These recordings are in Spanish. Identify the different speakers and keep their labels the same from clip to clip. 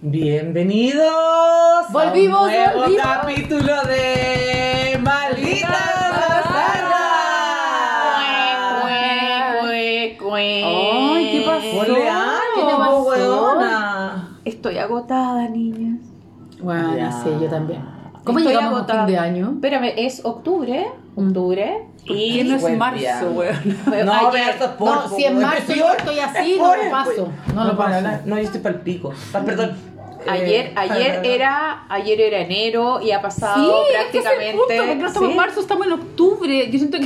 Speaker 1: Bienvenidos
Speaker 2: Volvimos,
Speaker 1: a un nuevo
Speaker 2: volvimos.
Speaker 1: capítulo de Malditas Bastardas.
Speaker 2: Ay, ¿qué pasó?
Speaker 1: Ponle ánimo, weona.
Speaker 3: Estoy agotada, niñas.
Speaker 2: Bueno,
Speaker 1: Ya.
Speaker 2: sí, yo también.
Speaker 3: ¿Cómo
Speaker 2: ¿Cómo
Speaker 3: llegamos a
Speaker 2: llegamos a
Speaker 3: fin
Speaker 2: fin
Speaker 3: de
Speaker 2: de año?
Speaker 3: Espérame, es octubre, octubre.
Speaker 1: Y no es marzo, weona. No,
Speaker 3: Ayer.
Speaker 1: vea, esto es polvo,
Speaker 2: No, si en
Speaker 1: weona.
Speaker 2: marzo
Speaker 1: Es
Speaker 2: yo
Speaker 1: peor.
Speaker 2: estoy así,
Speaker 1: Es
Speaker 2: no
Speaker 1: peor,
Speaker 2: lo paso.
Speaker 1: pues.
Speaker 2: No lo
Speaker 1: para
Speaker 2: paso.
Speaker 1: nada. No, yo estoy para el pico. Pa- Perdón. Eh,
Speaker 3: Ayer, ayer
Speaker 1: perdón.
Speaker 3: era, ayer era enero y ha
Speaker 4: Sí,
Speaker 3: pasado
Speaker 4: es que es el
Speaker 3: prácticamente.
Speaker 4: punto, porque no estamos
Speaker 3: Sí.
Speaker 4: en marzo, estamos en octubre. Yo siento que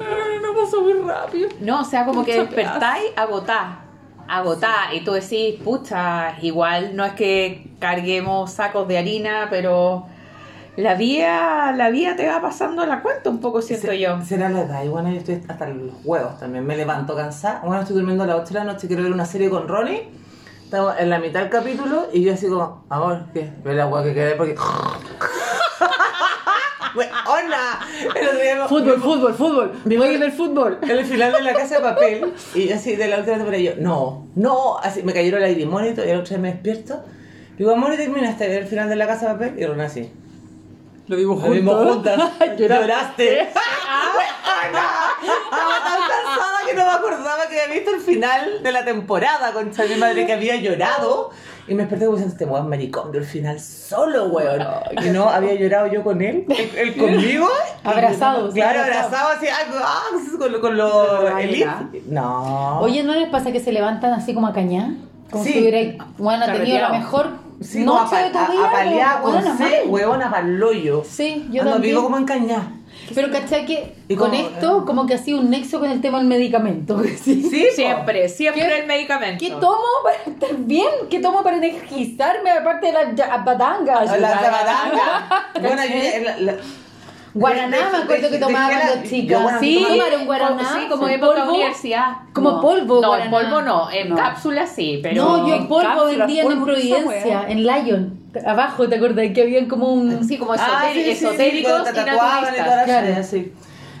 Speaker 4: Ay, me pasó muy rápido.
Speaker 3: No, o sea, como que
Speaker 4: Mucho
Speaker 3: despertáis agotá, agotá. Y tú decís, pucha, igual no es que carguemos sacos de harina, pero la vida, la vida te va pasando la cuenta un poco, siento
Speaker 1: Se-
Speaker 3: yo.
Speaker 1: Será la edad, y bueno, yo estoy hasta los huevos también. Me levanto cansada. Bueno, estoy durmiendo a las 8 de la noche, quiero ver una serie con Ronnie. Estamos en la mitad del capítulo y yo así como, amor, ¿qué? Ve la agua que querés porque. ¡Hola! El otro día me-
Speaker 2: Fútbol, fútbol, fútbol. Me voy a ir del fútbol.
Speaker 1: en el final de la casa de papel y así de la última temporada yo, no, no, así me cayeron el y todo, y el otro día me despierto. Digo, amor, ¿y terminaste de ver el final de la casa de papel? Y Ron así.
Speaker 4: Lo vimos
Speaker 1: Lo vimos juntas.
Speaker 2: Lloraste.
Speaker 1: Lloraste. ¡Ah, weona! Estaba tan cansada que no me acordaba que había visto el final de la temporada con mi madre que había llorado. Y me desperté como diciendo, este weón maricón vio el final solo, weón. Y no, había llorado yo con él, él, él conmigo. y-
Speaker 2: Abrazados,
Speaker 1: Claro,
Speaker 2: abrazados.
Speaker 1: abrazado así, ah, ah, con, lo- con los
Speaker 3: Ay,
Speaker 1: elite.
Speaker 3: ya.
Speaker 1: No.
Speaker 2: Oye, ¿no les pasa que se levantan así como a cañá? Como
Speaker 1: Sí.
Speaker 2: si hubiera, bueno, ha tenido la
Speaker 3: Carreteado.
Speaker 2: mejor
Speaker 1: sí, como
Speaker 2: noche de tu
Speaker 1: apa- a-
Speaker 2: vida.
Speaker 1: apaleada con
Speaker 2: weona,
Speaker 1: C,
Speaker 2: mal.
Speaker 1: weona, palollo.
Speaker 2: Sí, yo
Speaker 1: Ando
Speaker 2: también.
Speaker 1: vivo como encañada.
Speaker 2: Pero cachai que
Speaker 1: Y
Speaker 2: con
Speaker 1: como-
Speaker 2: esto como que ha sido un nexo con el tema del medicamento. ¿sí?
Speaker 1: Sí, po.
Speaker 3: Siempre, siempre
Speaker 2: ¿Qué-
Speaker 3: el medicamento.
Speaker 2: ¿Qué tomo para estar bien? ¿Qué tomo para energizarme aparte de las ya- batangas?
Speaker 1: La sabatanga. Bueno, yo ya- la- la-
Speaker 2: Guaraná,
Speaker 1: de- de-
Speaker 2: me acuerdo que
Speaker 1: de- de-
Speaker 2: tomaban
Speaker 1: de-
Speaker 2: las
Speaker 1: yo,
Speaker 2: chicas.
Speaker 1: bueno,
Speaker 3: Sí,
Speaker 1: tomaba-
Speaker 2: tomar un guaraná,
Speaker 3: como- sí, como
Speaker 2: en
Speaker 3: época
Speaker 2: polvo.
Speaker 3: universidad.
Speaker 2: Como
Speaker 4: No.
Speaker 2: polvo,
Speaker 3: No, en
Speaker 2: guaraná.
Speaker 3: polvo no, en
Speaker 4: No.
Speaker 3: cápsula sí, pero.
Speaker 2: No, yo en polvo
Speaker 4: cápsulas,
Speaker 2: vendían en
Speaker 4: polvo, esa
Speaker 2: Providencia, en Lyon. Abajo, ¿te acuerdas? Que habían como un...
Speaker 3: Sí, como
Speaker 1: Ah, sí,
Speaker 3: esotérico-
Speaker 1: sí, sí,
Speaker 3: esotéricos
Speaker 1: con
Speaker 3: y
Speaker 1: tatuaban y toda
Speaker 3: naturalistas.
Speaker 1: la
Speaker 2: Claro.
Speaker 1: shea, sí.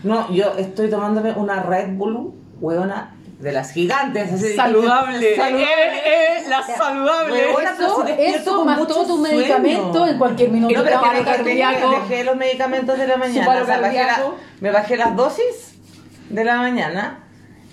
Speaker 1: No, yo estoy tomándome una Red Bull, huevona, de las gigantes. así.
Speaker 3: Saludable.
Speaker 1: Saludable.
Speaker 3: Eh, eh, la saludable.
Speaker 1: Huevona, pero
Speaker 2: Eso,
Speaker 1: si despierto
Speaker 2: eso
Speaker 1: con
Speaker 2: más
Speaker 1: mucho
Speaker 2: todo tu
Speaker 1: sueño.
Speaker 2: medicamento en cualquier minuto.
Speaker 1: No, pero es que
Speaker 2: Paro
Speaker 1: dejé-
Speaker 2: cardíaco.
Speaker 1: dejé, dejé los medicamentos de la mañana.
Speaker 2: paro
Speaker 1: o sea, bajé la-
Speaker 2: cardíaco.
Speaker 1: me bajé las dosis de la mañana.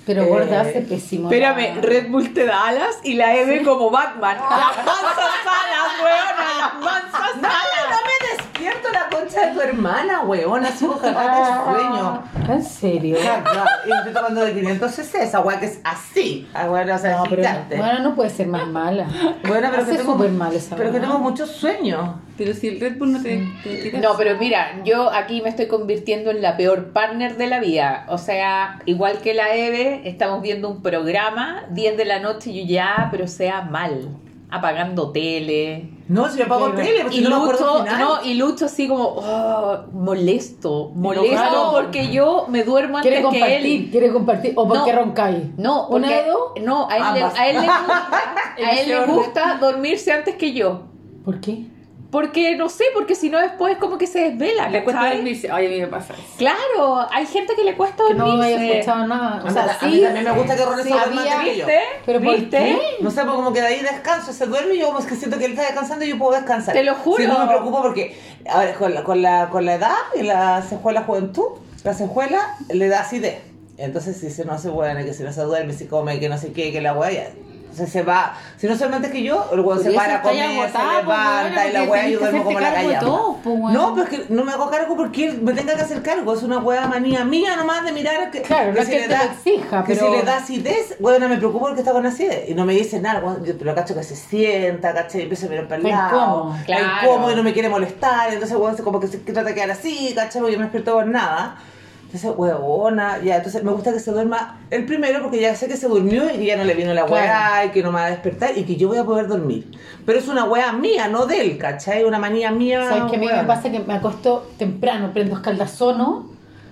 Speaker 2: Pero
Speaker 1: Eh,
Speaker 2: gorda, hace pésimo.
Speaker 3: Espérame,
Speaker 2: la-
Speaker 3: Red Bull te da alas y la M como Batman.
Speaker 2: Ah,
Speaker 3: Ah, Las mansas alas, weona, las mansas
Speaker 1: Ah. No, no
Speaker 3: alas.
Speaker 1: me despierto la concha de tu hermana, huevona. Sigo cagada de sueño.
Speaker 2: ¿En serio?
Speaker 1: Cagada. Ah. Y me estoy tomando de 500cc, esa hueá que es así. Ah, bueno, o sea,
Speaker 2: No, pero
Speaker 1: gigante.
Speaker 2: bueno, no puede ser más mala.
Speaker 1: Bueno, pero que
Speaker 2: Hace
Speaker 1: tengo,
Speaker 2: súper mal esa
Speaker 1: pero que
Speaker 2: weá.
Speaker 1: tengo muchos sueños.
Speaker 4: Pero si el Red Bull no te, te tira-
Speaker 3: No, pero mira, yo aquí me estoy convirtiendo en la peor partner de la vida. O sea, igual que la Eve, estamos viendo un programa, 10 de la noche y yo ya, pero sea mal, apagando tele.
Speaker 1: No, si yo pago
Speaker 2: Pero-
Speaker 1: tele, porque
Speaker 3: Y
Speaker 1: no me acuerdo
Speaker 3: Lucho,
Speaker 1: al final.
Speaker 3: no, y Lucho así como, oh, molesto, molesto
Speaker 2: Enojado.
Speaker 3: porque yo me duermo
Speaker 2: Quiere
Speaker 3: antes que
Speaker 2: compartir,
Speaker 3: él.
Speaker 2: quiere compartir. ¿O por
Speaker 3: No.
Speaker 2: qué roncáis?
Speaker 3: No,
Speaker 2: ¿Una
Speaker 3: porque,
Speaker 2: de dos?
Speaker 3: no, a él, le,
Speaker 1: Ambas.
Speaker 3: a él le gusta, a él le
Speaker 4: Ese orden.
Speaker 3: gusta dormirse antes que yo.
Speaker 2: ¿Por qué?
Speaker 3: Porque no sé, porque si no después como que se desvela.
Speaker 4: Le cuesta
Speaker 3: ¿cachai?
Speaker 4: dormirse. Ay, a mí me pasa eso.
Speaker 3: Claro, hay gente que le cuesta
Speaker 2: Que no
Speaker 3: dormirse.
Speaker 2: había escuchado nada. O
Speaker 1: A mí-
Speaker 2: sea,
Speaker 1: a mí
Speaker 2: sí.
Speaker 1: también me gusta que Ron se
Speaker 2: sí,
Speaker 1: duerma
Speaker 2: había-
Speaker 1: antes que yo.
Speaker 3: ¿Viste?
Speaker 2: ¿Pero por
Speaker 3: ¿Viste?
Speaker 2: qué?
Speaker 1: No sé, porque como que de ahí descanso, se duerme y yo como es que siento que él está descansando y yo puedo descansar.
Speaker 3: Te lo juro.
Speaker 1: Sí, no me preocupo porque, a ver, con la, con la, con la edad y la secuela juventud, la secuela le da acidez. Entonces, si se no se hueá, que si no se duerme, si come, que no sé qué, que la hueá ya. Entonces se va. Si no solamente que yo, el hueón
Speaker 2: Por
Speaker 1: se
Speaker 2: eso
Speaker 1: para a
Speaker 2: está
Speaker 1: comer,
Speaker 2: ya agotada,
Speaker 1: se
Speaker 2: pues,
Speaker 1: levanta
Speaker 2: hueona,
Speaker 1: y la
Speaker 2: porque
Speaker 1: hueá
Speaker 2: tenés
Speaker 1: yo
Speaker 2: que
Speaker 1: duermo
Speaker 2: hacerte
Speaker 1: como la
Speaker 2: cargo de
Speaker 1: callada.
Speaker 2: todo, pues, hueona.
Speaker 1: No, pero es que no me hago cargo porque él me tenga que hacer cargo. Es una hueá manía mía nomás de mirar que,
Speaker 2: Claro, no es que
Speaker 1: le
Speaker 2: te lo exija,
Speaker 1: que
Speaker 2: pero-
Speaker 1: si le da acidez, bueno, me preocupo porque está con acidez. Y no me dice nada, weón, yo lo cacho que se sienta, caché, y empieza a mirar para el
Speaker 2: Está
Speaker 1: lado.
Speaker 2: incómodo,
Speaker 1: Está
Speaker 3: claro.
Speaker 1: incómodo y no me quiere molestar. Entonces, weón, como que se que trata de quedar así, caché, porque yo me despierto con nada. Entonces, huevona, ya, entonces me gusta que se duerma el primero porque ya sé que se durmió y ya no le vino la weá
Speaker 2: Claro.
Speaker 1: y que no me va a despertar y que yo voy a poder dormir. Pero es una weá mía, no de él, ¿cachai? Una manía mía.
Speaker 2: ¿Sabes qué a mí me
Speaker 1: weón.
Speaker 2: pasa? Que me acuesto temprano, prendo escaldazono,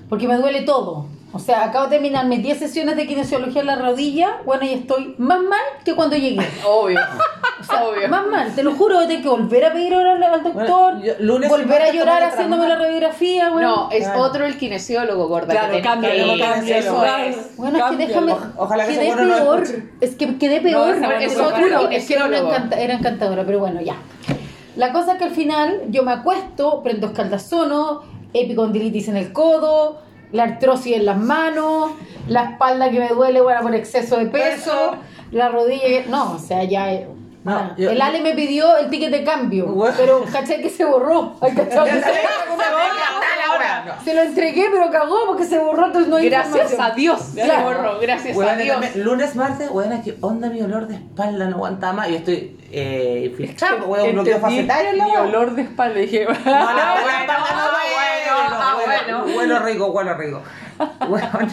Speaker 2: porque me duele todo. O sea, acabo de terminar mis 10 sesiones de kinesiología en la rodilla, bueno, y estoy más mal que cuando llegué.
Speaker 3: Obvio.
Speaker 2: O
Speaker 3: Obvio.
Speaker 2: Más mal, te lo juro, tengo que volver a pedir hora al, al
Speaker 1: Bueno,
Speaker 2: doctor,
Speaker 1: yo- lunes y
Speaker 2: volver a
Speaker 1: martes
Speaker 2: llorar
Speaker 1: tengo que
Speaker 2: haciéndome la
Speaker 1: trabajar.
Speaker 2: radiografía, weón.
Speaker 3: No, es
Speaker 1: Claro.
Speaker 3: otro el kinesiólogo, gorda.
Speaker 5: Claro,
Speaker 3: que tenés
Speaker 5: cambia,
Speaker 3: que
Speaker 5: luego
Speaker 3: ir.
Speaker 5: cambia el
Speaker 3: Eso
Speaker 5: lugar.
Speaker 3: es.
Speaker 2: Bueno, es que
Speaker 5: Cámbialo.
Speaker 2: déjame.
Speaker 1: Ojalá que ese
Speaker 2: quedé
Speaker 1: bueno no lo
Speaker 2: peor.
Speaker 1: escuche.
Speaker 2: es que quedé peor.
Speaker 3: esa
Speaker 5: buena
Speaker 2: es
Speaker 5: es otra,
Speaker 2: otro.
Speaker 3: es
Speaker 2: Es que era, una
Speaker 3: psicólogo.
Speaker 2: encanta- era encantadora, pero bueno, ya. La cosa es que al final yo me acuesto, prendo escaldazono, epicondilitis en el codo, la artrosis en las manos, la espalda que me duele bueno, por exceso de peso, la rodilla. que- No, o sea, ya. eh,
Speaker 1: No,
Speaker 2: nada.
Speaker 1: yo-
Speaker 2: el Ale me pidió el ticket de cambio,
Speaker 1: Bueno.
Speaker 2: pero caché que se borró. Ay, cachai, que se- se lo entregué, pero cagó porque se borró, entonces no hay
Speaker 3: Gracias
Speaker 2: información.
Speaker 3: a Dios.
Speaker 2: Claro.
Speaker 3: se borró, gracias a
Speaker 1: Weona,
Speaker 3: Dios.
Speaker 1: también, lunes, martes, weona, que onda mi olor de espalda, no aguanta más. Yo estoy eh, fichado, weón, un bloqueo
Speaker 5: Entendí
Speaker 1: facetario en la
Speaker 5: Mi
Speaker 1: weá.
Speaker 5: olor de espalda dije,
Speaker 1: No, no,
Speaker 3: Ah,
Speaker 1: weón,
Speaker 3: bueno,
Speaker 1: espalda no,
Speaker 3: ah, bueno, ah,
Speaker 1: weón, Huelo rico, huelo rico. Weón,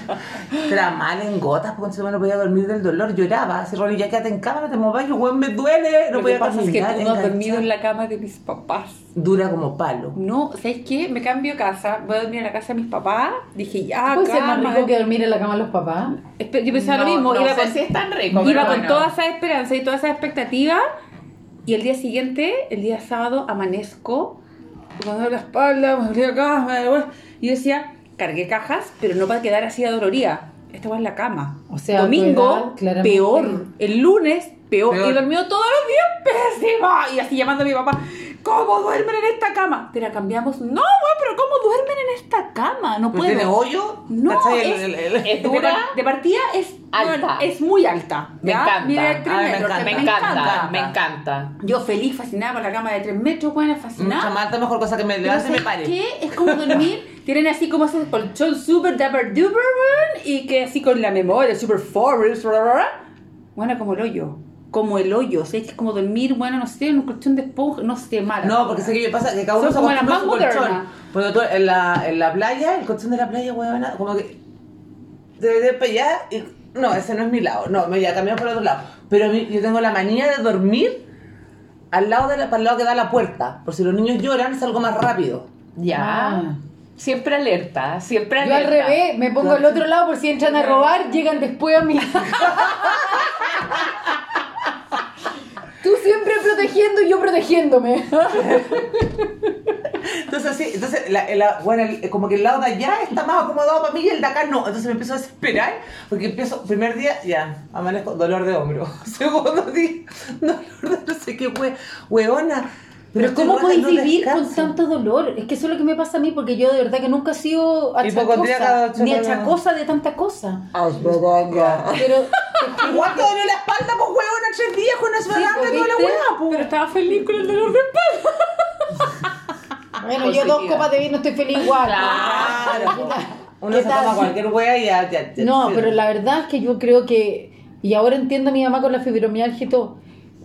Speaker 1: tramal en gotas, porque encima no podía dormir del dolor. Lloraba, así, Rolly, ya quédate en cama, no te muevas, yo, weón, me duele. No
Speaker 5: Lo
Speaker 1: podía
Speaker 5: que pasa es que
Speaker 1: caminar,
Speaker 5: tú no has dormido
Speaker 1: enganchada.
Speaker 5: en la cama de mis papás.
Speaker 1: Dura como palo.
Speaker 5: No, ¿sabes qué? Me cambio de casa, voy a dormir en la casa de mis papás. Dije, ya,
Speaker 2: ¿Puede ser más
Speaker 5: cama.
Speaker 2: rico que dormir en la cama de los papás?
Speaker 5: Espe- Yo pensaba lo
Speaker 3: No,
Speaker 5: mismo,
Speaker 3: no
Speaker 5: iba
Speaker 3: sé
Speaker 5: con,
Speaker 3: si es tan rico,
Speaker 5: iba
Speaker 3: pero
Speaker 5: con
Speaker 3: bueno.
Speaker 5: toda esa esperanza y toda esa expectativa. Y el día siguiente, el día sábado, amanezco, me duele la espalda, me duele acá, me duele- Y yo decía, cargué cajas, pero no para quedar así adolorida. Esta va en la cama.
Speaker 2: O sea, tu edad,
Speaker 5: domingo,
Speaker 2: claramente.
Speaker 5: peor. El lunes, peor.
Speaker 1: Peor.
Speaker 5: Y he dormido todos los días pésimo. Y así llamando a mi papá, ¿cómo duermen en esta cama? Te la cambiamos. No, güey, pero ¿cómo duermen en esta cama?
Speaker 1: Pero
Speaker 5: No puedo.
Speaker 1: tiene hoyo?
Speaker 5: No,
Speaker 1: ¿Cachai?
Speaker 5: es-
Speaker 1: el-
Speaker 3: es
Speaker 5: De
Speaker 3: dura.
Speaker 5: par- De partida es
Speaker 3: Alta.
Speaker 5: no, es muy alta.
Speaker 3: Me
Speaker 5: ¿ya?
Speaker 3: encanta.
Speaker 5: Mide tres
Speaker 1: Ay, me
Speaker 5: metros,
Speaker 1: encanta.
Speaker 5: que
Speaker 3: Me encanta,
Speaker 1: encanta.
Speaker 3: me encanta.
Speaker 5: Yo feliz, fascinada con la cama de 3 metros, buena, fascinada.
Speaker 1: Mucha malta, mejor cosa que me
Speaker 5: Pero
Speaker 1: levante y me
Speaker 5: ¿sabes
Speaker 1: pare.
Speaker 5: qué? Es como dormir. Tienen así como ese colchón super dapper duper weón, y que así con la memoria super forest. bla, bla, bla. Bueno, como el hoyo. Como el hoyo. O sea, es que es como dormir, bueno, no sé, en un colchón de esponja. No sé, mala.
Speaker 1: No, porque sé que yo pasa que cada uno
Speaker 5: Son
Speaker 1: se
Speaker 5: como las
Speaker 1: acostumbra a su
Speaker 5: más
Speaker 1: colchón.
Speaker 5: modernas.
Speaker 1: Porque tú en la, en la playa, el colchón de la playa, huevona, como que debe de para allá y no, ese no es mi lado. No, me voy a cambiar por otro lado. Pero a mí- yo tengo la manía de dormir al lado de la, para el lado que da la puerta. Por si los niños lloran, salgo más rápido.
Speaker 3: Ya.
Speaker 2: Ah.
Speaker 3: Siempre alerta, siempre
Speaker 2: Yo
Speaker 3: alerta.
Speaker 2: al revés, me pongo al otro lado por si entran a robar, llegan después a mí. Tú siempre protegiendo y yo protegiéndome.
Speaker 1: Entonces, sí, entonces, la, la- bueno, el- como que el lado de allá está más acomodado para mí y el de acá no. Entonces me empiezo a desesperar porque empiezo, primer día, ya, amanezco, dolor de hombro. Segundo día, dolor de no sé qué, hue, hueona.
Speaker 2: Pero
Speaker 1: estoy
Speaker 2: ¿cómo
Speaker 1: gorda,
Speaker 2: podéis
Speaker 1: no
Speaker 2: vivir con
Speaker 1: descanso.
Speaker 2: tanto dolor? Es que eso es lo que me pasa a mí, porque yo de verdad que nunca he sido
Speaker 1: Hipocondríaca,
Speaker 2: achacosa, ni
Speaker 1: achacosa.
Speaker 2: achacosa de tanta cosa.
Speaker 1: Asperganga.
Speaker 2: Pero
Speaker 1: Igual te dolió la espalda, pues hueona, tres días con Asperganga,
Speaker 2: pues,
Speaker 1: toda la
Speaker 2: ¿viste?
Speaker 1: hueá, pues.
Speaker 5: Pero estaba feliz con el dolor de espalda.
Speaker 2: bueno, yo dos copas de vino estoy feliz igual.
Speaker 1: Claro, pues. Uno
Speaker 2: ¿Qué
Speaker 1: se
Speaker 2: tal?
Speaker 1: toma cualquier hueá y ya, ya, ya-
Speaker 2: No,
Speaker 1: sí.
Speaker 2: pero la verdad es que yo creo que, y ahora entiendo a mi mamá con la fibromialgia y todo,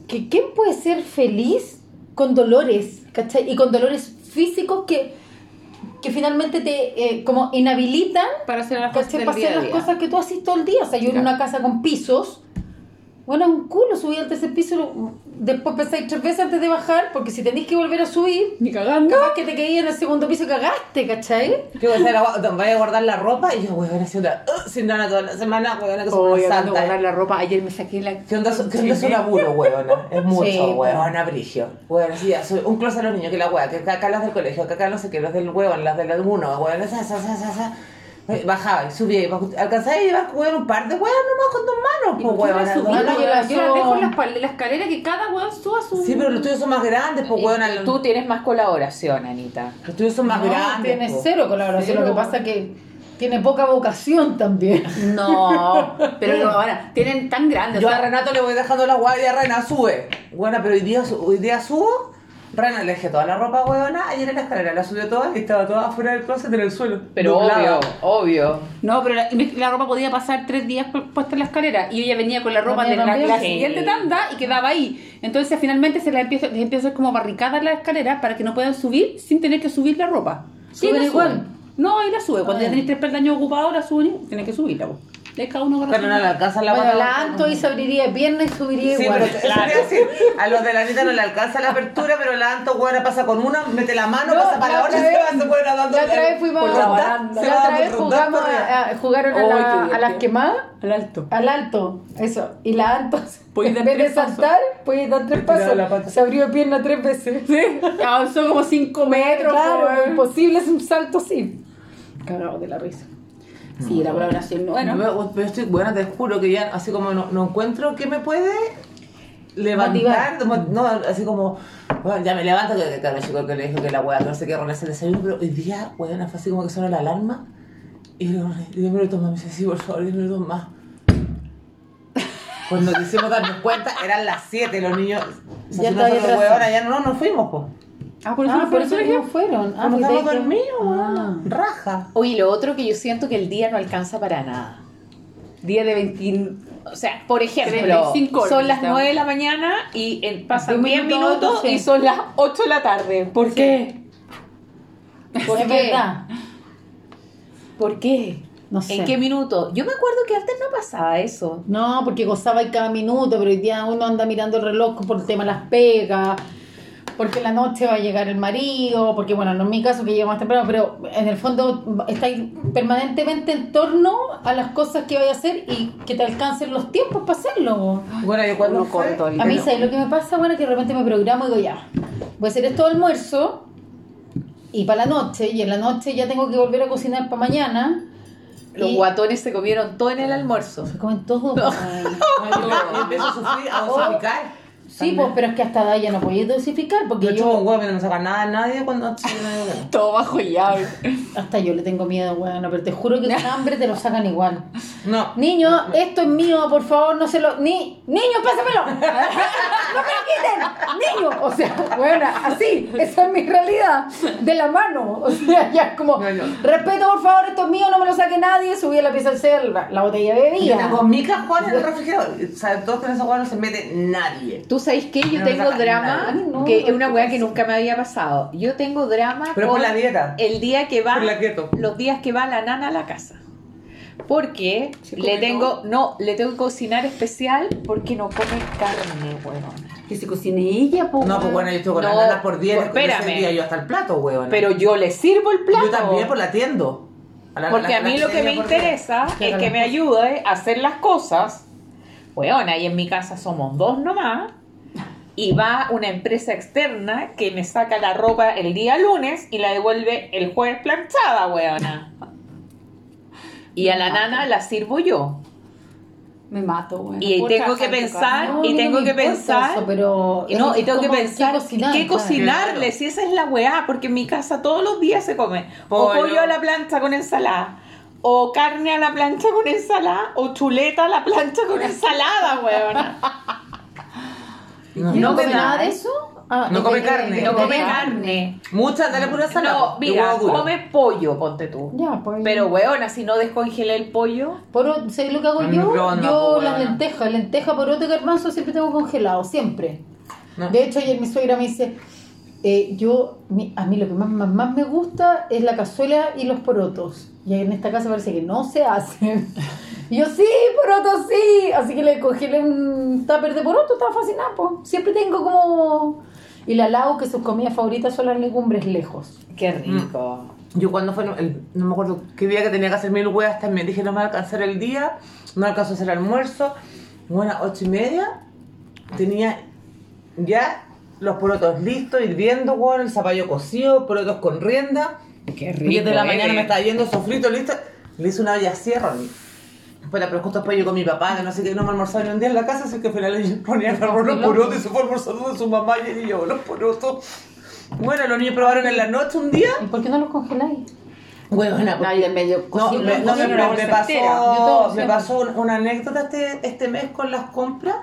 Speaker 2: que ¿quién puede ser feliz con dolores? ¿Cachai? Y con dolores físicos que, que finalmente te eh, como inhabilitan
Speaker 5: Para hacer las cosas
Speaker 2: ¿cachai?
Speaker 5: del
Speaker 2: para
Speaker 5: día
Speaker 2: hacer
Speaker 5: a
Speaker 2: las
Speaker 5: día.
Speaker 2: cosas que tú haces todo el día. O sea, yo en una casa con pisos, bueno, es un culo, subí al tercer piso, lo- después pensáis tres veces antes de bajar, porque si tenéis que volver a subir,
Speaker 5: Ni cagando.
Speaker 2: capaz que te caí en el segundo piso y cagaste, ¿cachai?
Speaker 1: Yo voy a, hacer agua- voy a guardar la ropa y yo, huevona, haciendo uh, sin nada toda la semana, huevona, que soy
Speaker 5: Oye,
Speaker 1: una
Speaker 5: hablando de
Speaker 1: santa. eh.
Speaker 5: guardar la ropa, ayer me saqué la...
Speaker 1: ¿Qué onda, su, ¿Qué onda su laburo, huevona? Es mucho,
Speaker 2: Sí, pues.
Speaker 1: huevona, brigio. Huevona, sí, ya, soy un closet a los niños, que la hueá, que acá las del colegio, que acá no sé qué, las del huevón, las del alguno, huevón, esa, esa, esa, esa, esa. Eh, Bajaba y subía y bajaba. alcanzaba a llevar huevón, un par de huevas nomás con tus manos, pues
Speaker 5: Yo
Speaker 1: huevona.
Speaker 5: la subí,
Speaker 1: huevona.
Speaker 2: no, yo
Speaker 5: yo
Speaker 2: la
Speaker 5: la dejo
Speaker 2: subo.
Speaker 5: en la, espal- en la escalera que cada weón suba su...
Speaker 1: Sí, pero los tuyos son más grandes, pues huevona.
Speaker 3: Y
Speaker 1: Los
Speaker 3: Tú tienes más colaboración, Anita.
Speaker 1: los tuyos son más
Speaker 2: no,
Speaker 1: grandes.
Speaker 2: tiene
Speaker 1: po.
Speaker 2: cero colaboración. Lo que pasa que tiene poca vocación también.
Speaker 5: No, pero no, ahora tienen tan grandes.
Speaker 1: Yo
Speaker 5: o
Speaker 1: a
Speaker 5: sea,
Speaker 1: Renato le voy dejando la guardia, Rena, sube. Bueno, pero hoy día, su- hoy día subo. Rena le dejé toda la ropa huevona, ayer en la escalera la subió toda y estaba toda afuera del closet en el suelo.
Speaker 3: Pero
Speaker 1: doblada.
Speaker 3: obvio, obvio.
Speaker 5: no, pero la, me- la ropa podía pasar tres días pu- puesta en la escalera y yo ya venía con la ropa
Speaker 2: La
Speaker 5: de
Speaker 2: mía
Speaker 5: la,
Speaker 2: también.
Speaker 5: la
Speaker 2: Sí.
Speaker 5: siguiente tanda y quedaba ahí. Entonces finalmente se las empiezo, les empiezo a hacer como barricadas en la escalera para que no puedan subir sin tener que subir la ropa. Sí,
Speaker 2: Suben
Speaker 5: la
Speaker 2: igual.
Speaker 5: suben. No, ahí la sube. Cuando ya tenéis tres peldaños ocupados, la suben y tienen que subirla. vos. Ahí cada uno agarra
Speaker 1: Pero
Speaker 5: su-
Speaker 1: no le alcanza la
Speaker 2: bueno,
Speaker 1: pata.
Speaker 2: la Anto y se abriría de pierna y subiría
Speaker 1: Sí,
Speaker 2: igual.
Speaker 1: pero eso te iba a decir, a los de la Anita no le alcanza la apertura, pero la Anto huevona pasa con una, mete la mano,
Speaker 2: No,
Speaker 1: pasa para
Speaker 2: la
Speaker 1: la otra y
Speaker 2: otra
Speaker 1: se
Speaker 2: vez-
Speaker 1: va se puede nadando
Speaker 2: La otra vez fuimos
Speaker 1: por
Speaker 2: a-
Speaker 1: baranda, se
Speaker 2: La
Speaker 1: va
Speaker 2: otra
Speaker 1: por
Speaker 2: vez
Speaker 1: rondar
Speaker 2: jugamos
Speaker 1: por allá.
Speaker 2: a- a- jugaron a,
Speaker 5: Oy,
Speaker 2: la-
Speaker 5: qué divertido.
Speaker 2: a las quemadas,
Speaker 5: Al alto.
Speaker 2: al alto, eso. Y la Anto,
Speaker 5: Voy
Speaker 2: en
Speaker 5: de
Speaker 2: vez de
Speaker 5: tres pasos.
Speaker 2: saltar, después dan tres
Speaker 1: Estiraba
Speaker 2: pasos.
Speaker 1: la pata.
Speaker 2: Se abrió pierna tres veces.
Speaker 5: Sí, avanzó como 5 metros.
Speaker 2: claro,
Speaker 5: po.
Speaker 2: imposible es un salto así.
Speaker 5: Cagado de la risa. Sí, la colaboración no. Bueno,
Speaker 1: Yo, yo estoy buena, te juro que ya, así como no, no encuentro qué me puede levantar. mo- No, así como, bueno, ya me levanto, que, que claro, chico que le dijo que la hueá, que no sé qué, rola se desayuno, pero hoy día, bueno, fue así como que sonó la alarma. Y le digo, yo me lo tomo, me dice, sí, por favor, me lo más. Cuando quisimos darnos cuenta, eran las 7, los niños.
Speaker 2: Ya
Speaker 1: Ya
Speaker 2: estaba
Speaker 1: nosotros,
Speaker 2: atrasado.
Speaker 1: hueonas, ya no nos fuimos, po.
Speaker 5: ah, por eso
Speaker 2: Ah, por
Speaker 5: no fue
Speaker 2: eso
Speaker 5: el
Speaker 2: no fueron. Ah,
Speaker 1: Nos
Speaker 2: porque
Speaker 1: quedamos
Speaker 2: ahí-
Speaker 1: dormidos,
Speaker 2: Ah.
Speaker 1: hueona. Raja.
Speaker 3: Oye, lo otro que yo siento que el día no alcanza para nada.
Speaker 5: Día de 20.
Speaker 3: O sea, por ejemplo,
Speaker 5: 35 horas,
Speaker 3: son las
Speaker 5: estamos.
Speaker 3: 9 de la mañana y en-
Speaker 2: De
Speaker 3: pasan
Speaker 2: un
Speaker 3: 10
Speaker 2: minuto a
Speaker 3: minutos
Speaker 2: otro, sí.
Speaker 3: y son las 8 de la tarde. ¿Por qué? ¿Por
Speaker 2: Es
Speaker 3: qué?
Speaker 2: verdad.
Speaker 3: ¿Por qué?
Speaker 2: No sé.
Speaker 3: ¿En qué minuto? Yo me acuerdo que antes no pasaba eso.
Speaker 2: No, porque gozaba ahí cada minuto, pero hoy día uno anda mirando el reloj por el tema de las pegas, porque en la noche va a llegar el marido, porque bueno, no en mi caso que llega más temprano, pero en el fondo estáis permanentemente en torno a las cosas que vais a hacer y que te alcancen los tiempos para hacerlo.
Speaker 1: Bueno, yo cuando
Speaker 3: Uno
Speaker 1: fue-
Speaker 3: corto el
Speaker 2: A mí,
Speaker 3: pelo.
Speaker 2: ¿sabes lo que me pasa? Bueno, que de repente me programo y digo, ya, voy a hacer esto de almuerzo y para la noche, y en la noche ya tengo que volver a cocinar para mañana.
Speaker 3: Los
Speaker 2: y-
Speaker 3: guatones se comieron todo en el almuerzo.
Speaker 2: Se comen todo. ay.
Speaker 1: Ay, yo- yo empiezo a sufrir, a
Speaker 2: Oh.
Speaker 1: dosificar.
Speaker 2: Sí, pues, pero es que hasta ahora ya no podía dosificar, porque
Speaker 1: Yo
Speaker 2: yo,
Speaker 1: chupo un huevo y no me saca nada a nadie cuando chupo un huevo.
Speaker 3: Todo bajo llave.
Speaker 2: hasta yo le tengo miedo, bueno, pero te juro que con hambre te lo sacan igual.
Speaker 1: No.
Speaker 2: Niño, esto es mío, por favor, no se lo... Ni... Niño, pásamelo. No me lo quiten. Niño. O sea, bueno, así, esa es mi realidad, de la mano. O sea, ya es como,
Speaker 1: No, no.
Speaker 2: respeto, por favor, esto es mío, no me lo saque nadie, subí a la pieza del cel, la, la botella de
Speaker 1: Yo
Speaker 2: bebida.
Speaker 1: tengo mi cajón en el refrigerador. O sea, todos con esos huevos no se mete nadie.
Speaker 3: ¿Tú sabes qué? Yo
Speaker 1: No me
Speaker 3: tengo
Speaker 1: sacan
Speaker 3: drama,
Speaker 1: nada.
Speaker 2: Ay, no,
Speaker 3: que
Speaker 2: no,
Speaker 3: es una
Speaker 2: no,
Speaker 3: weá
Speaker 2: no.
Speaker 3: que nunca me había pasado. Yo tengo drama
Speaker 1: Pero por
Speaker 3: con
Speaker 1: la dieta.
Speaker 3: el día que va,
Speaker 1: Por la keto.
Speaker 3: los días que va la nana a la casa. Porque
Speaker 5: Se come
Speaker 3: le tengo, no, le tengo que cocinar especial porque no come carne, weón.
Speaker 5: Que se cocine ella, po.
Speaker 1: No, pues bueno, yo estoy con las
Speaker 3: No,
Speaker 1: nanas por 10.
Speaker 3: pues espérame.
Speaker 1: Día yo hasta el plato, huevona.
Speaker 3: Pero yo le sirvo el plato.
Speaker 1: yo también pues la atiendo. A la-
Speaker 3: Porque
Speaker 1: la-
Speaker 3: a mí
Speaker 1: la
Speaker 3: lo que me
Speaker 1: tenía por diez.
Speaker 3: interesa
Speaker 2: Claro,
Speaker 3: es que
Speaker 2: las
Speaker 3: me
Speaker 2: cosas.
Speaker 3: ayude a hacer las cosas. Weón, ahí en mi casa somos dos nomás. Y va una empresa externa que me saca la ropa el día lunes y la devuelve el jueves planchada, weona. Y a la nana la sirvo yo.
Speaker 5: Me mato, bueno.
Speaker 3: Y
Speaker 5: Por
Speaker 3: tengo
Speaker 5: trabajar
Speaker 3: que
Speaker 5: en tu casa.
Speaker 3: pensar-
Speaker 2: No, a mí
Speaker 3: y
Speaker 2: no
Speaker 3: tengo
Speaker 2: me
Speaker 3: que
Speaker 2: importa
Speaker 3: pensar-
Speaker 2: eso, pero
Speaker 3: Y no, y tengo que
Speaker 2: ¿cómo-
Speaker 3: pensar
Speaker 2: qué
Speaker 3: qué,
Speaker 2: cocinar, claro.
Speaker 3: cocinarle,
Speaker 1: Claro.
Speaker 3: si esa es la weá, porque en mi casa todos los días se come o
Speaker 1: Pollo.
Speaker 3: pollo a la plancha con ensalada, o carne a la plancha con ensalada, o chuleta a la plancha con ensalada, weón.
Speaker 1: No,
Speaker 2: ¿Y
Speaker 1: no
Speaker 2: ¿No
Speaker 1: me
Speaker 2: come
Speaker 1: da.
Speaker 2: nada de eso? Ah,
Speaker 1: No
Speaker 2: es
Speaker 1: come
Speaker 2: de-
Speaker 1: carne.
Speaker 2: de-
Speaker 3: No come
Speaker 2: de-
Speaker 3: carne.
Speaker 1: Muchas, dale pura sala.
Speaker 3: No,
Speaker 1: pues, y
Speaker 3: mira,
Speaker 1: huevo duro.
Speaker 3: come pollo, ponte tú.
Speaker 2: Ya, pues.
Speaker 3: Pero weona, si no descongelé el pollo,
Speaker 2: Por, ¿Sabes lo que hago
Speaker 1: En
Speaker 2: yo?
Speaker 1: microondas,
Speaker 2: yo
Speaker 1: pues,
Speaker 2: las
Speaker 1: bueno.
Speaker 2: lentejas, lentejas, poroto y garbanzo siempre tengo congelado, siempre.
Speaker 1: No.
Speaker 2: De hecho, ayer mi suegra me dice, eh, yo, mi- a mí lo que más, más, más me gusta es la cazuela y los porotos. Y en esta casa parece que no se hacen. Y yo, sí, porotos, sí. Así que le congelé un tupper de poroto, estaba fascinada, pues. Siempre tengo como... Y la Lau, que sus comidas favoritas son las legumbres lejos.
Speaker 3: qué
Speaker 1: Mm.
Speaker 3: rico.
Speaker 1: Yo cuando fue, el- no me acuerdo qué día que tenía que hacer mil huevas también, dije no me va a alcanzar el día, no alcanzó a hacer almuerzo. Bueno, ocho y media, tenía ya los porotos listos, hirviendo, hueón, el zapallo cocido, porotos con rienda.
Speaker 3: Qué rico.
Speaker 1: 10 de la
Speaker 3: eh.
Speaker 1: mañana me estaba yendo sofrito, listo. Le hice una olla sierra. Después la pero justo después yo con mi papá, que no sé qué, no me almorzaba ni un día en la casa, así que al final ella ponía el arroz los porotos y se fue almorzando de su mamá y ella llevó los porotos. Bueno, los niños probaron en la noche un día.
Speaker 2: ¿Y por qué no los congeláis?
Speaker 1: Huevona,
Speaker 5: No, y el medio
Speaker 1: no,
Speaker 5: cocido.
Speaker 1: me, no,
Speaker 5: Yo
Speaker 1: me,
Speaker 5: no la
Speaker 1: me
Speaker 5: bolsa entera. Yo
Speaker 1: pasó,
Speaker 5: todo
Speaker 1: me
Speaker 5: siempre.
Speaker 1: pasó un- una anécdota este, este mes con las compras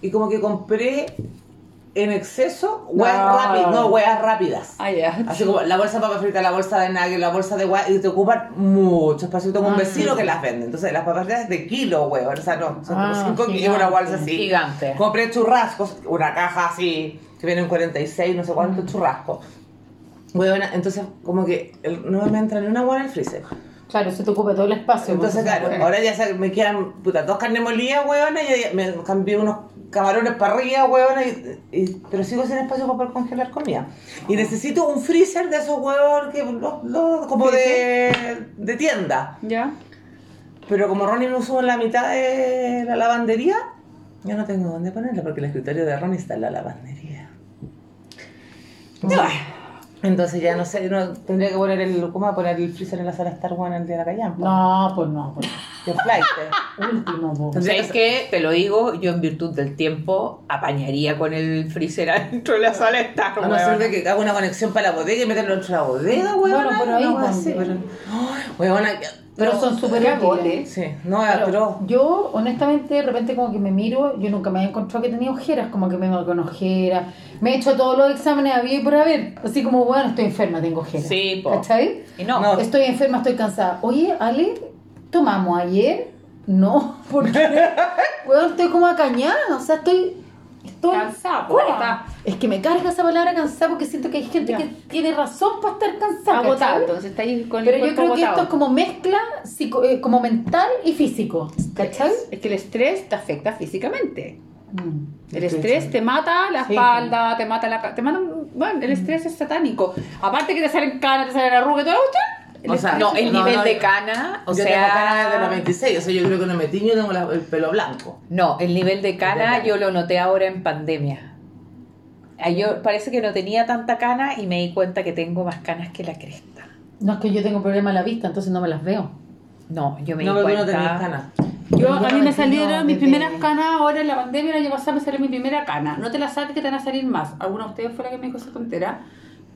Speaker 1: y como que compré en exceso hueas
Speaker 5: No.
Speaker 1: rápidas, no, hueas rápidas.
Speaker 5: Ah, ya.
Speaker 1: Así como la bolsa de papas fritas, la bolsa de nugget, la bolsa de hueas, y te ocupan mucho espacio. Tengo un
Speaker 2: Ah,
Speaker 1: vecino que las vende, entonces las papas fritas es de kilo, hueón, o sea, no, son
Speaker 2: Ah,
Speaker 1: como 5 kilos, una
Speaker 2: gigante,
Speaker 1: bolsa así.
Speaker 3: gigante.
Speaker 1: Compré churrascos, una caja así, que vienen 46, no sé
Speaker 2: Mm.
Speaker 1: cuántos churrascos. Hueona, entonces como que el- no me entra ni una hueá en el freezer.
Speaker 2: Claro, se te ocupa todo el espacio.
Speaker 1: Entonces,
Speaker 2: porque-
Speaker 1: claro, ahora ya se- me quedan puta, dos carnes molidas, huevona, y yo ya- me cambié unos camarones para arriba, huevona, y, y- pero sigo sin espacio para poder congelar comida. Y necesito un freezer de esos huevos que los- los- como de, de tienda.
Speaker 5: Ya.
Speaker 1: Pero como Ronnie no usó la mitad de la lavandería, Yo no tengo dónde ponerla porque el escritorio de Ron está en la lavandería. Entonces ya no sé, no, tendría que poner el, ¿cómo va a poner el freezer en la sala Star One el día de la callampa?
Speaker 2: No, pues no, pues
Speaker 1: Qué flight. eh.
Speaker 2: último, po.
Speaker 1: Tendría
Speaker 3: ¿Sabes qué? Te lo digo, yo en virtud del tiempo apañaría con el freezer adentro de la sala de estar,
Speaker 1: A no
Speaker 3: weón.
Speaker 1: ser de que haga una conexión para la bodega y meterlo dentro de la bodega, weón.
Speaker 2: Bueno, pero ahí
Speaker 1: sí, pero...
Speaker 2: también.
Speaker 1: Ay, huevona, que-
Speaker 2: Pero son súper útiles.
Speaker 1: Sí, no,
Speaker 2: Pero
Speaker 1: pero...
Speaker 2: yo, honestamente, de repente como que me miro, yo nunca me había encontrado que tenía ojeras, como que me vengo con ojeras. Me he hecho todos los exámenes había y por haber. Así como, bueno, estoy enferma, tengo ojeras.
Speaker 3: Sí, po.
Speaker 2: ¿Cachai?
Speaker 3: Y no,
Speaker 1: No.
Speaker 2: Estoy enferma, estoy cansada. Oye, Ale, ¿tomamos ayer? No, porque bueno, estoy como acañada, o sea, estoy... estoy
Speaker 5: Cansada, po,
Speaker 2: fuera.
Speaker 5: está.
Speaker 2: Es que me carga esa palabra cansada porque siento que hay gente
Speaker 5: Ya.
Speaker 2: que tiene razón para estar cansada. ¿cachai?
Speaker 5: Agotado, entonces está ahí con
Speaker 2: Pero
Speaker 5: el
Speaker 2: yo
Speaker 5: cuerpo
Speaker 2: creo que esto
Speaker 5: agotado.
Speaker 2: es como mezcla psico- eh, como mental y físico. ¿Cachai?
Speaker 5: Es que el estrés te afecta físicamente.
Speaker 2: Mm.
Speaker 5: El estrés te mata la
Speaker 1: Sí.
Speaker 5: espalda, te mata la ca- te mata un- bueno, el estrés es satánico. Aparte que te salen canas, te salen arrugas, y todo
Speaker 1: O sea,
Speaker 3: no, el
Speaker 1: no,
Speaker 3: nivel
Speaker 1: no,
Speaker 3: de
Speaker 1: yo-
Speaker 3: cana, o
Speaker 1: yo
Speaker 3: sea...
Speaker 1: tengo cara de los 26, o sea, yo creo que no me tiño y tengo la- el pelo blanco.
Speaker 3: No, el nivel de cana
Speaker 1: Verdad.
Speaker 3: yo lo noté ahora en pandemia. Ah, Yo parece que no tenía tanta cana y me di cuenta que tengo más canas que la cresta.
Speaker 2: No es que yo tengo problema en la vista, entonces no me las veo.
Speaker 3: No, yo me
Speaker 1: No,
Speaker 3: di
Speaker 1: pero tú
Speaker 3: cuenta.
Speaker 1: no tenés cana.
Speaker 5: Yo, a mí
Speaker 2: Bueno,
Speaker 5: me salieron
Speaker 2: no,
Speaker 5: mis
Speaker 2: bebé.
Speaker 5: primeras canas ahora en la pandemia, el año pasado me salió mi primera cana. No te la saques que te van a salir más. ¿Alguna de ustedes fue la que me dijo esa tontera?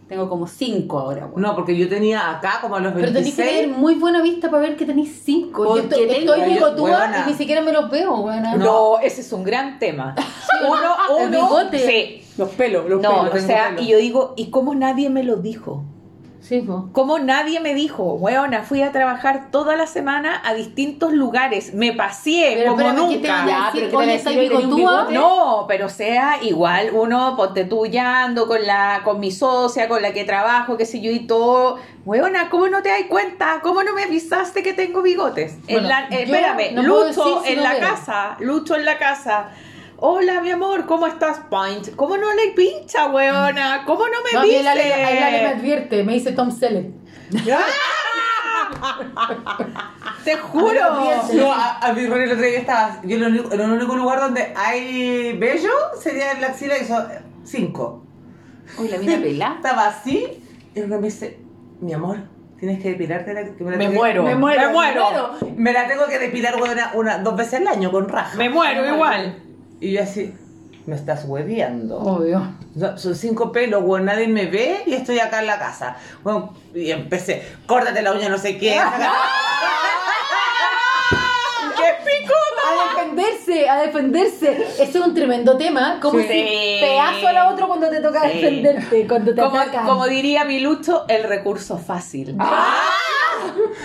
Speaker 5: Tengo como cinco ahora, güey.
Speaker 1: No, porque yo tenía acá como a los
Speaker 2: Pero
Speaker 1: 26...
Speaker 2: tenéis que tener muy buena vista para ver que tenéis cinco. Yo
Speaker 5: Porque
Speaker 2: estoy,
Speaker 5: tengo-
Speaker 2: estoy
Speaker 1: yo-
Speaker 2: bigotúa
Speaker 1: huevona.
Speaker 2: y ni siquiera me los veo, buena.
Speaker 3: No, ese es un gran tema. Uno,
Speaker 2: El
Speaker 3: uno,
Speaker 2: bigote.
Speaker 3: sí.
Speaker 5: Los pelos, los
Speaker 3: No,
Speaker 5: pelos.
Speaker 3: o
Speaker 5: tengo
Speaker 3: sea,
Speaker 5: pelos.
Speaker 3: y yo digo, ¿y cómo nadie me lo dijo?
Speaker 2: Sí, po.
Speaker 3: Como nadie me dijo, weona, fui a trabajar toda la semana a distintos lugares, me paseé
Speaker 2: Pero
Speaker 3: como
Speaker 2: espérame, ¿qué te
Speaker 3: nunca.
Speaker 2: van a
Speaker 5: Ya, pero
Speaker 2: decir?
Speaker 5: ¿qué te van
Speaker 2: Oye,
Speaker 5: a
Speaker 2: ¿estás
Speaker 5: decir? Hoy tenía un
Speaker 2: bigotúa?
Speaker 5: bigote.
Speaker 3: No, pero o sea, igual uno, ponte tú, ya ando con, la, con mi socia, con la que trabajo, qué sé yo, y todo. Huevona, ¿cómo no te das cuenta? ¿Cómo no me avisaste que tengo bigotes?
Speaker 2: Bueno,
Speaker 3: en la, eh,
Speaker 2: yo
Speaker 3: espérame,
Speaker 2: no puedo
Speaker 3: Lucho
Speaker 2: decir si
Speaker 3: en
Speaker 2: no
Speaker 3: la
Speaker 2: veo.
Speaker 3: casa, Lucho en la casa. Hola, mi amor, ¿cómo estás, Point? ¿Cómo no le pincha, weona? ¿Cómo no me
Speaker 2: Mm. No, a mí
Speaker 3: viste?
Speaker 2: el Ale, el Ale me advierte, me dice Tom Selleck.
Speaker 3: Te juro.
Speaker 1: No, a, a mi Ronnie el otro día estaba. Yo lo único- en el único lugar donde hay bello sería en la axila y son cinco.
Speaker 5: Uy, la mina pela.
Speaker 1: Estaba así y uno me dice, mi amor, tienes que depilarte la que la
Speaker 3: Me
Speaker 1: tengo-
Speaker 3: muero.
Speaker 1: Me,
Speaker 3: Me
Speaker 1: muero.
Speaker 3: muero.
Speaker 1: Me la tengo que depilar una, una- dos veces al año con raja.
Speaker 3: Me muero igual.
Speaker 1: Y yo así, me estás hueviando.
Speaker 2: Obvio.
Speaker 1: No, Son cinco pelos, weón, nadie me ve y estoy acá en la casa. Bueno, y empecé, córtate la uña, no sé qué. ¡Qué pico!
Speaker 2: A defenderse, a defenderse. Eso es un tremendo tema. Como
Speaker 3: Sí.
Speaker 2: si pedazo a la otro cuando te toca
Speaker 3: Sí.
Speaker 2: defenderte, cuando te
Speaker 3: Como,
Speaker 2: atacan.
Speaker 3: como diría mi Lucho, el recurso fácil.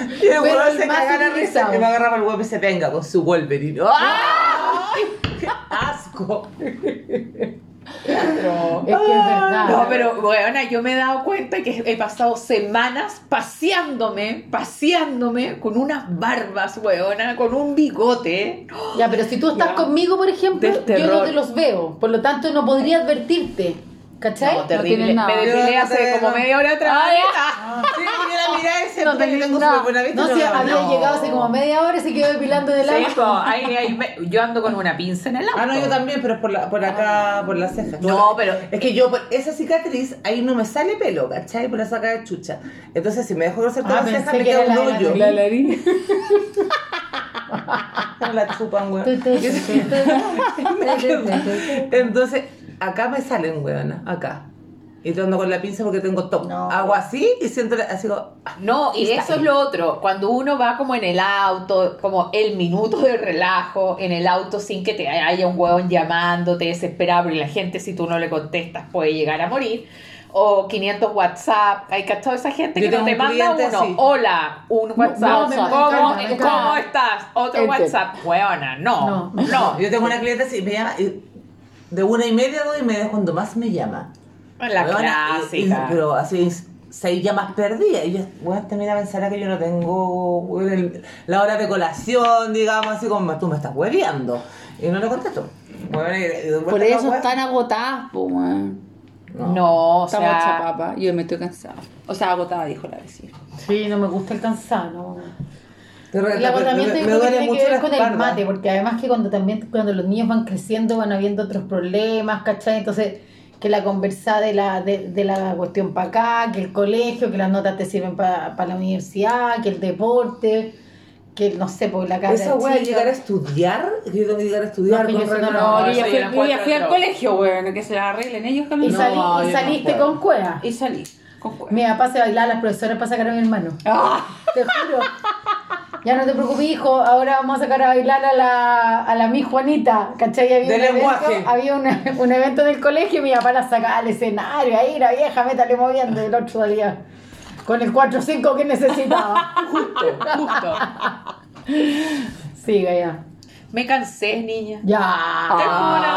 Speaker 1: Y el
Speaker 2: Pero
Speaker 1: weón
Speaker 2: el
Speaker 1: se
Speaker 2: más
Speaker 1: caga la risa.
Speaker 2: utilizado.
Speaker 1: Y me agarraba el huevo y se venga con su Wolverine. ¡Ah! ¡Qué asco!
Speaker 2: Es que es verdad.
Speaker 3: No, pero bueno, yo me he dado cuenta que he pasado semanas paseándome, paseándome con unas barbas, weona, con un bigote.
Speaker 2: Ya, pero si tú estás
Speaker 3: Ya.
Speaker 2: conmigo, por ejemplo,
Speaker 3: Del
Speaker 2: yo no
Speaker 3: terror.
Speaker 2: te los veo. Por lo tanto, no podría advertirte. ¿Cachai?
Speaker 3: No, terrible.
Speaker 2: tienes nada.
Speaker 3: me depilé hace como media hora atrás.
Speaker 1: Sí, porque la mirada ese
Speaker 2: Ah. No
Speaker 1: no
Speaker 2: tenés
Speaker 1: tengo
Speaker 2: nada.
Speaker 1: súper buena vista.
Speaker 2: No,
Speaker 1: y
Speaker 2: si
Speaker 1: la-
Speaker 2: había
Speaker 1: no.
Speaker 2: llegado hace como media hora y se quedó depilando en el
Speaker 3: Sí, po,
Speaker 2: agua.
Speaker 3: ahí- ahí me- yo ando con una pinza en el auto.
Speaker 1: Ah, no, yo también, pero es por, la, por
Speaker 2: Ah.
Speaker 1: acá, por las cejas.
Speaker 3: No, pero-
Speaker 1: Es que yo, por esa cicatriz, ahí no me sale pelo, ¿cachai? Por la saca de chucha. Entonces, si me dejo crecer toda
Speaker 2: Ah,
Speaker 1: la
Speaker 2: pensé
Speaker 1: ceja, me
Speaker 2: que
Speaker 1: queda
Speaker 2: era
Speaker 1: un
Speaker 2: la de la
Speaker 1: hoyo.
Speaker 2: nariz.
Speaker 5: nariz.
Speaker 1: No la chupan,
Speaker 2: Tu,
Speaker 1: weón.
Speaker 2: tu, tu, tu, tu,
Speaker 1: Entonces, acá me salen, weón, acá. Y yo ando con la pinza porque tengo top.
Speaker 2: No.
Speaker 1: Hago así y siento la- así como... ah,
Speaker 3: No, y eso es lo otro. Cuando uno va como en el auto, como el minuto de relajo, en el auto sin que te haya un huevón llamándote desesperado y la gente, si tú no le contestas, puede llegar a morir. O 500 WhatsApp. Hay cachado esa gente
Speaker 1: Yo
Speaker 3: que
Speaker 1: tengo
Speaker 3: no te
Speaker 1: un
Speaker 3: manda uno.
Speaker 1: cliente así.
Speaker 3: Hola, un WhatsApp.
Speaker 2: no, me
Speaker 3: ¿Cómo,
Speaker 2: encanta, me encanta.
Speaker 3: cómo estás? Otro
Speaker 2: Enter.
Speaker 3: WhatsApp. Huevona, no. No.
Speaker 1: No, yo tengo una clienta así, me llama y de una y media a dos y media es cuando más me llama.
Speaker 3: La
Speaker 1: Weona, y- y-
Speaker 3: clásica.
Speaker 1: pero así, s- seis llamadas perdidas. Y yo, bueno, esta mina pensará que yo no tengo weón, el- la hora de colación, digamos, así como tú me estás hueveando. Y no le contesto. Weona, y- y de vuelta
Speaker 5: Por
Speaker 1: la
Speaker 5: eso
Speaker 1: wea-
Speaker 5: están agotadas, po, weón.
Speaker 3: no, o
Speaker 5: Estamos
Speaker 3: sea,
Speaker 5: hecha papa, yo me estoy cansada. O sea, agotada, dijo la vecina.
Speaker 2: tu. Sí, no me gusta el cansado.
Speaker 1: De repente,
Speaker 2: El agotamiento
Speaker 1: me-
Speaker 2: yo
Speaker 1: me
Speaker 2: creo que
Speaker 1: duele
Speaker 2: tiene
Speaker 1: mucho
Speaker 2: que ver
Speaker 1: la
Speaker 2: con el
Speaker 1: espalda.
Speaker 2: mate, porque además que cuando también cuando los niños van creciendo van habiendo otros problemas, ¿cachai? Entonces, que la conversa de la, de, de la cuestión para acá, que el colegio, que las notas te sirven para la universidad, que el deporte, que el, no sé, por la casa.
Speaker 1: Esa wea de llegar a estudiar, yo tengo que llegar a estudiar.
Speaker 2: No,
Speaker 1: con
Speaker 2: pero yo
Speaker 1: regla-
Speaker 2: no,
Speaker 5: No, yo
Speaker 3: eso
Speaker 5: ya
Speaker 3: yo lo
Speaker 5: fui, yo ya fui
Speaker 3: encuentro
Speaker 5: al
Speaker 3: atroz.
Speaker 5: colegio, weón, que se la arreglen ellos,
Speaker 2: Y,
Speaker 5: Camila.
Speaker 2: salí-
Speaker 1: No, yo
Speaker 2: y
Speaker 1: no
Speaker 2: saliste
Speaker 1: puedo.
Speaker 2: con cueva.
Speaker 5: Y salí con cueva.
Speaker 2: Mi papá se bailaba a las profesoras para sacar a mi hermano.
Speaker 5: ¡Ah!
Speaker 2: Te juro. Ya no te preocupes, hijo. Ahora vamos a sacar a bailar a la, a la mi Juanita. ¿Cachai? Había
Speaker 1: De
Speaker 2: un
Speaker 1: lenguaje.
Speaker 2: Evento, había un, un evento del colegio y mi papá la sacaba al escenario. Ahí la vieja, métale moviendo el otro día. Con el 4-5 que necesitaba.
Speaker 3: Justo, justo.
Speaker 2: Siga ya.
Speaker 3: Me cansé, niña.
Speaker 2: Ya.
Speaker 3: Te
Speaker 1: Ah.
Speaker 3: juro.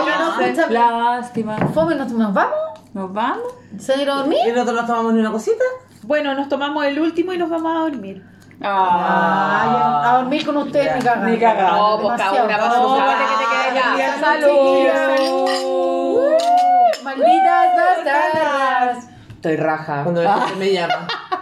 Speaker 2: Oye, no,
Speaker 3: Me cansé.
Speaker 2: escúchame.
Speaker 5: Ah, Lástima.
Speaker 2: Fome, ¿nos, nos vamos?
Speaker 5: ¿Nos vamos?
Speaker 2: ¿Se dieron a dormir?
Speaker 1: Y nosotros nos tomamos ni una cosita.
Speaker 3: Bueno, nos tomamos el último y nos vamos a dormir.
Speaker 2: Ah, ya. a dormir con ustedes, ni cagando.
Speaker 1: Ni cagando.
Speaker 3: No, pues, cada una
Speaker 2: Demasiado.
Speaker 3: para su
Speaker 2: No,
Speaker 3: casa.
Speaker 2: vale, que te quedes ya.
Speaker 1: Ya,
Speaker 2: Salud. Malditas bastardas.
Speaker 3: Estoy raja.
Speaker 2: Ah.
Speaker 1: Cuando la gente me llama.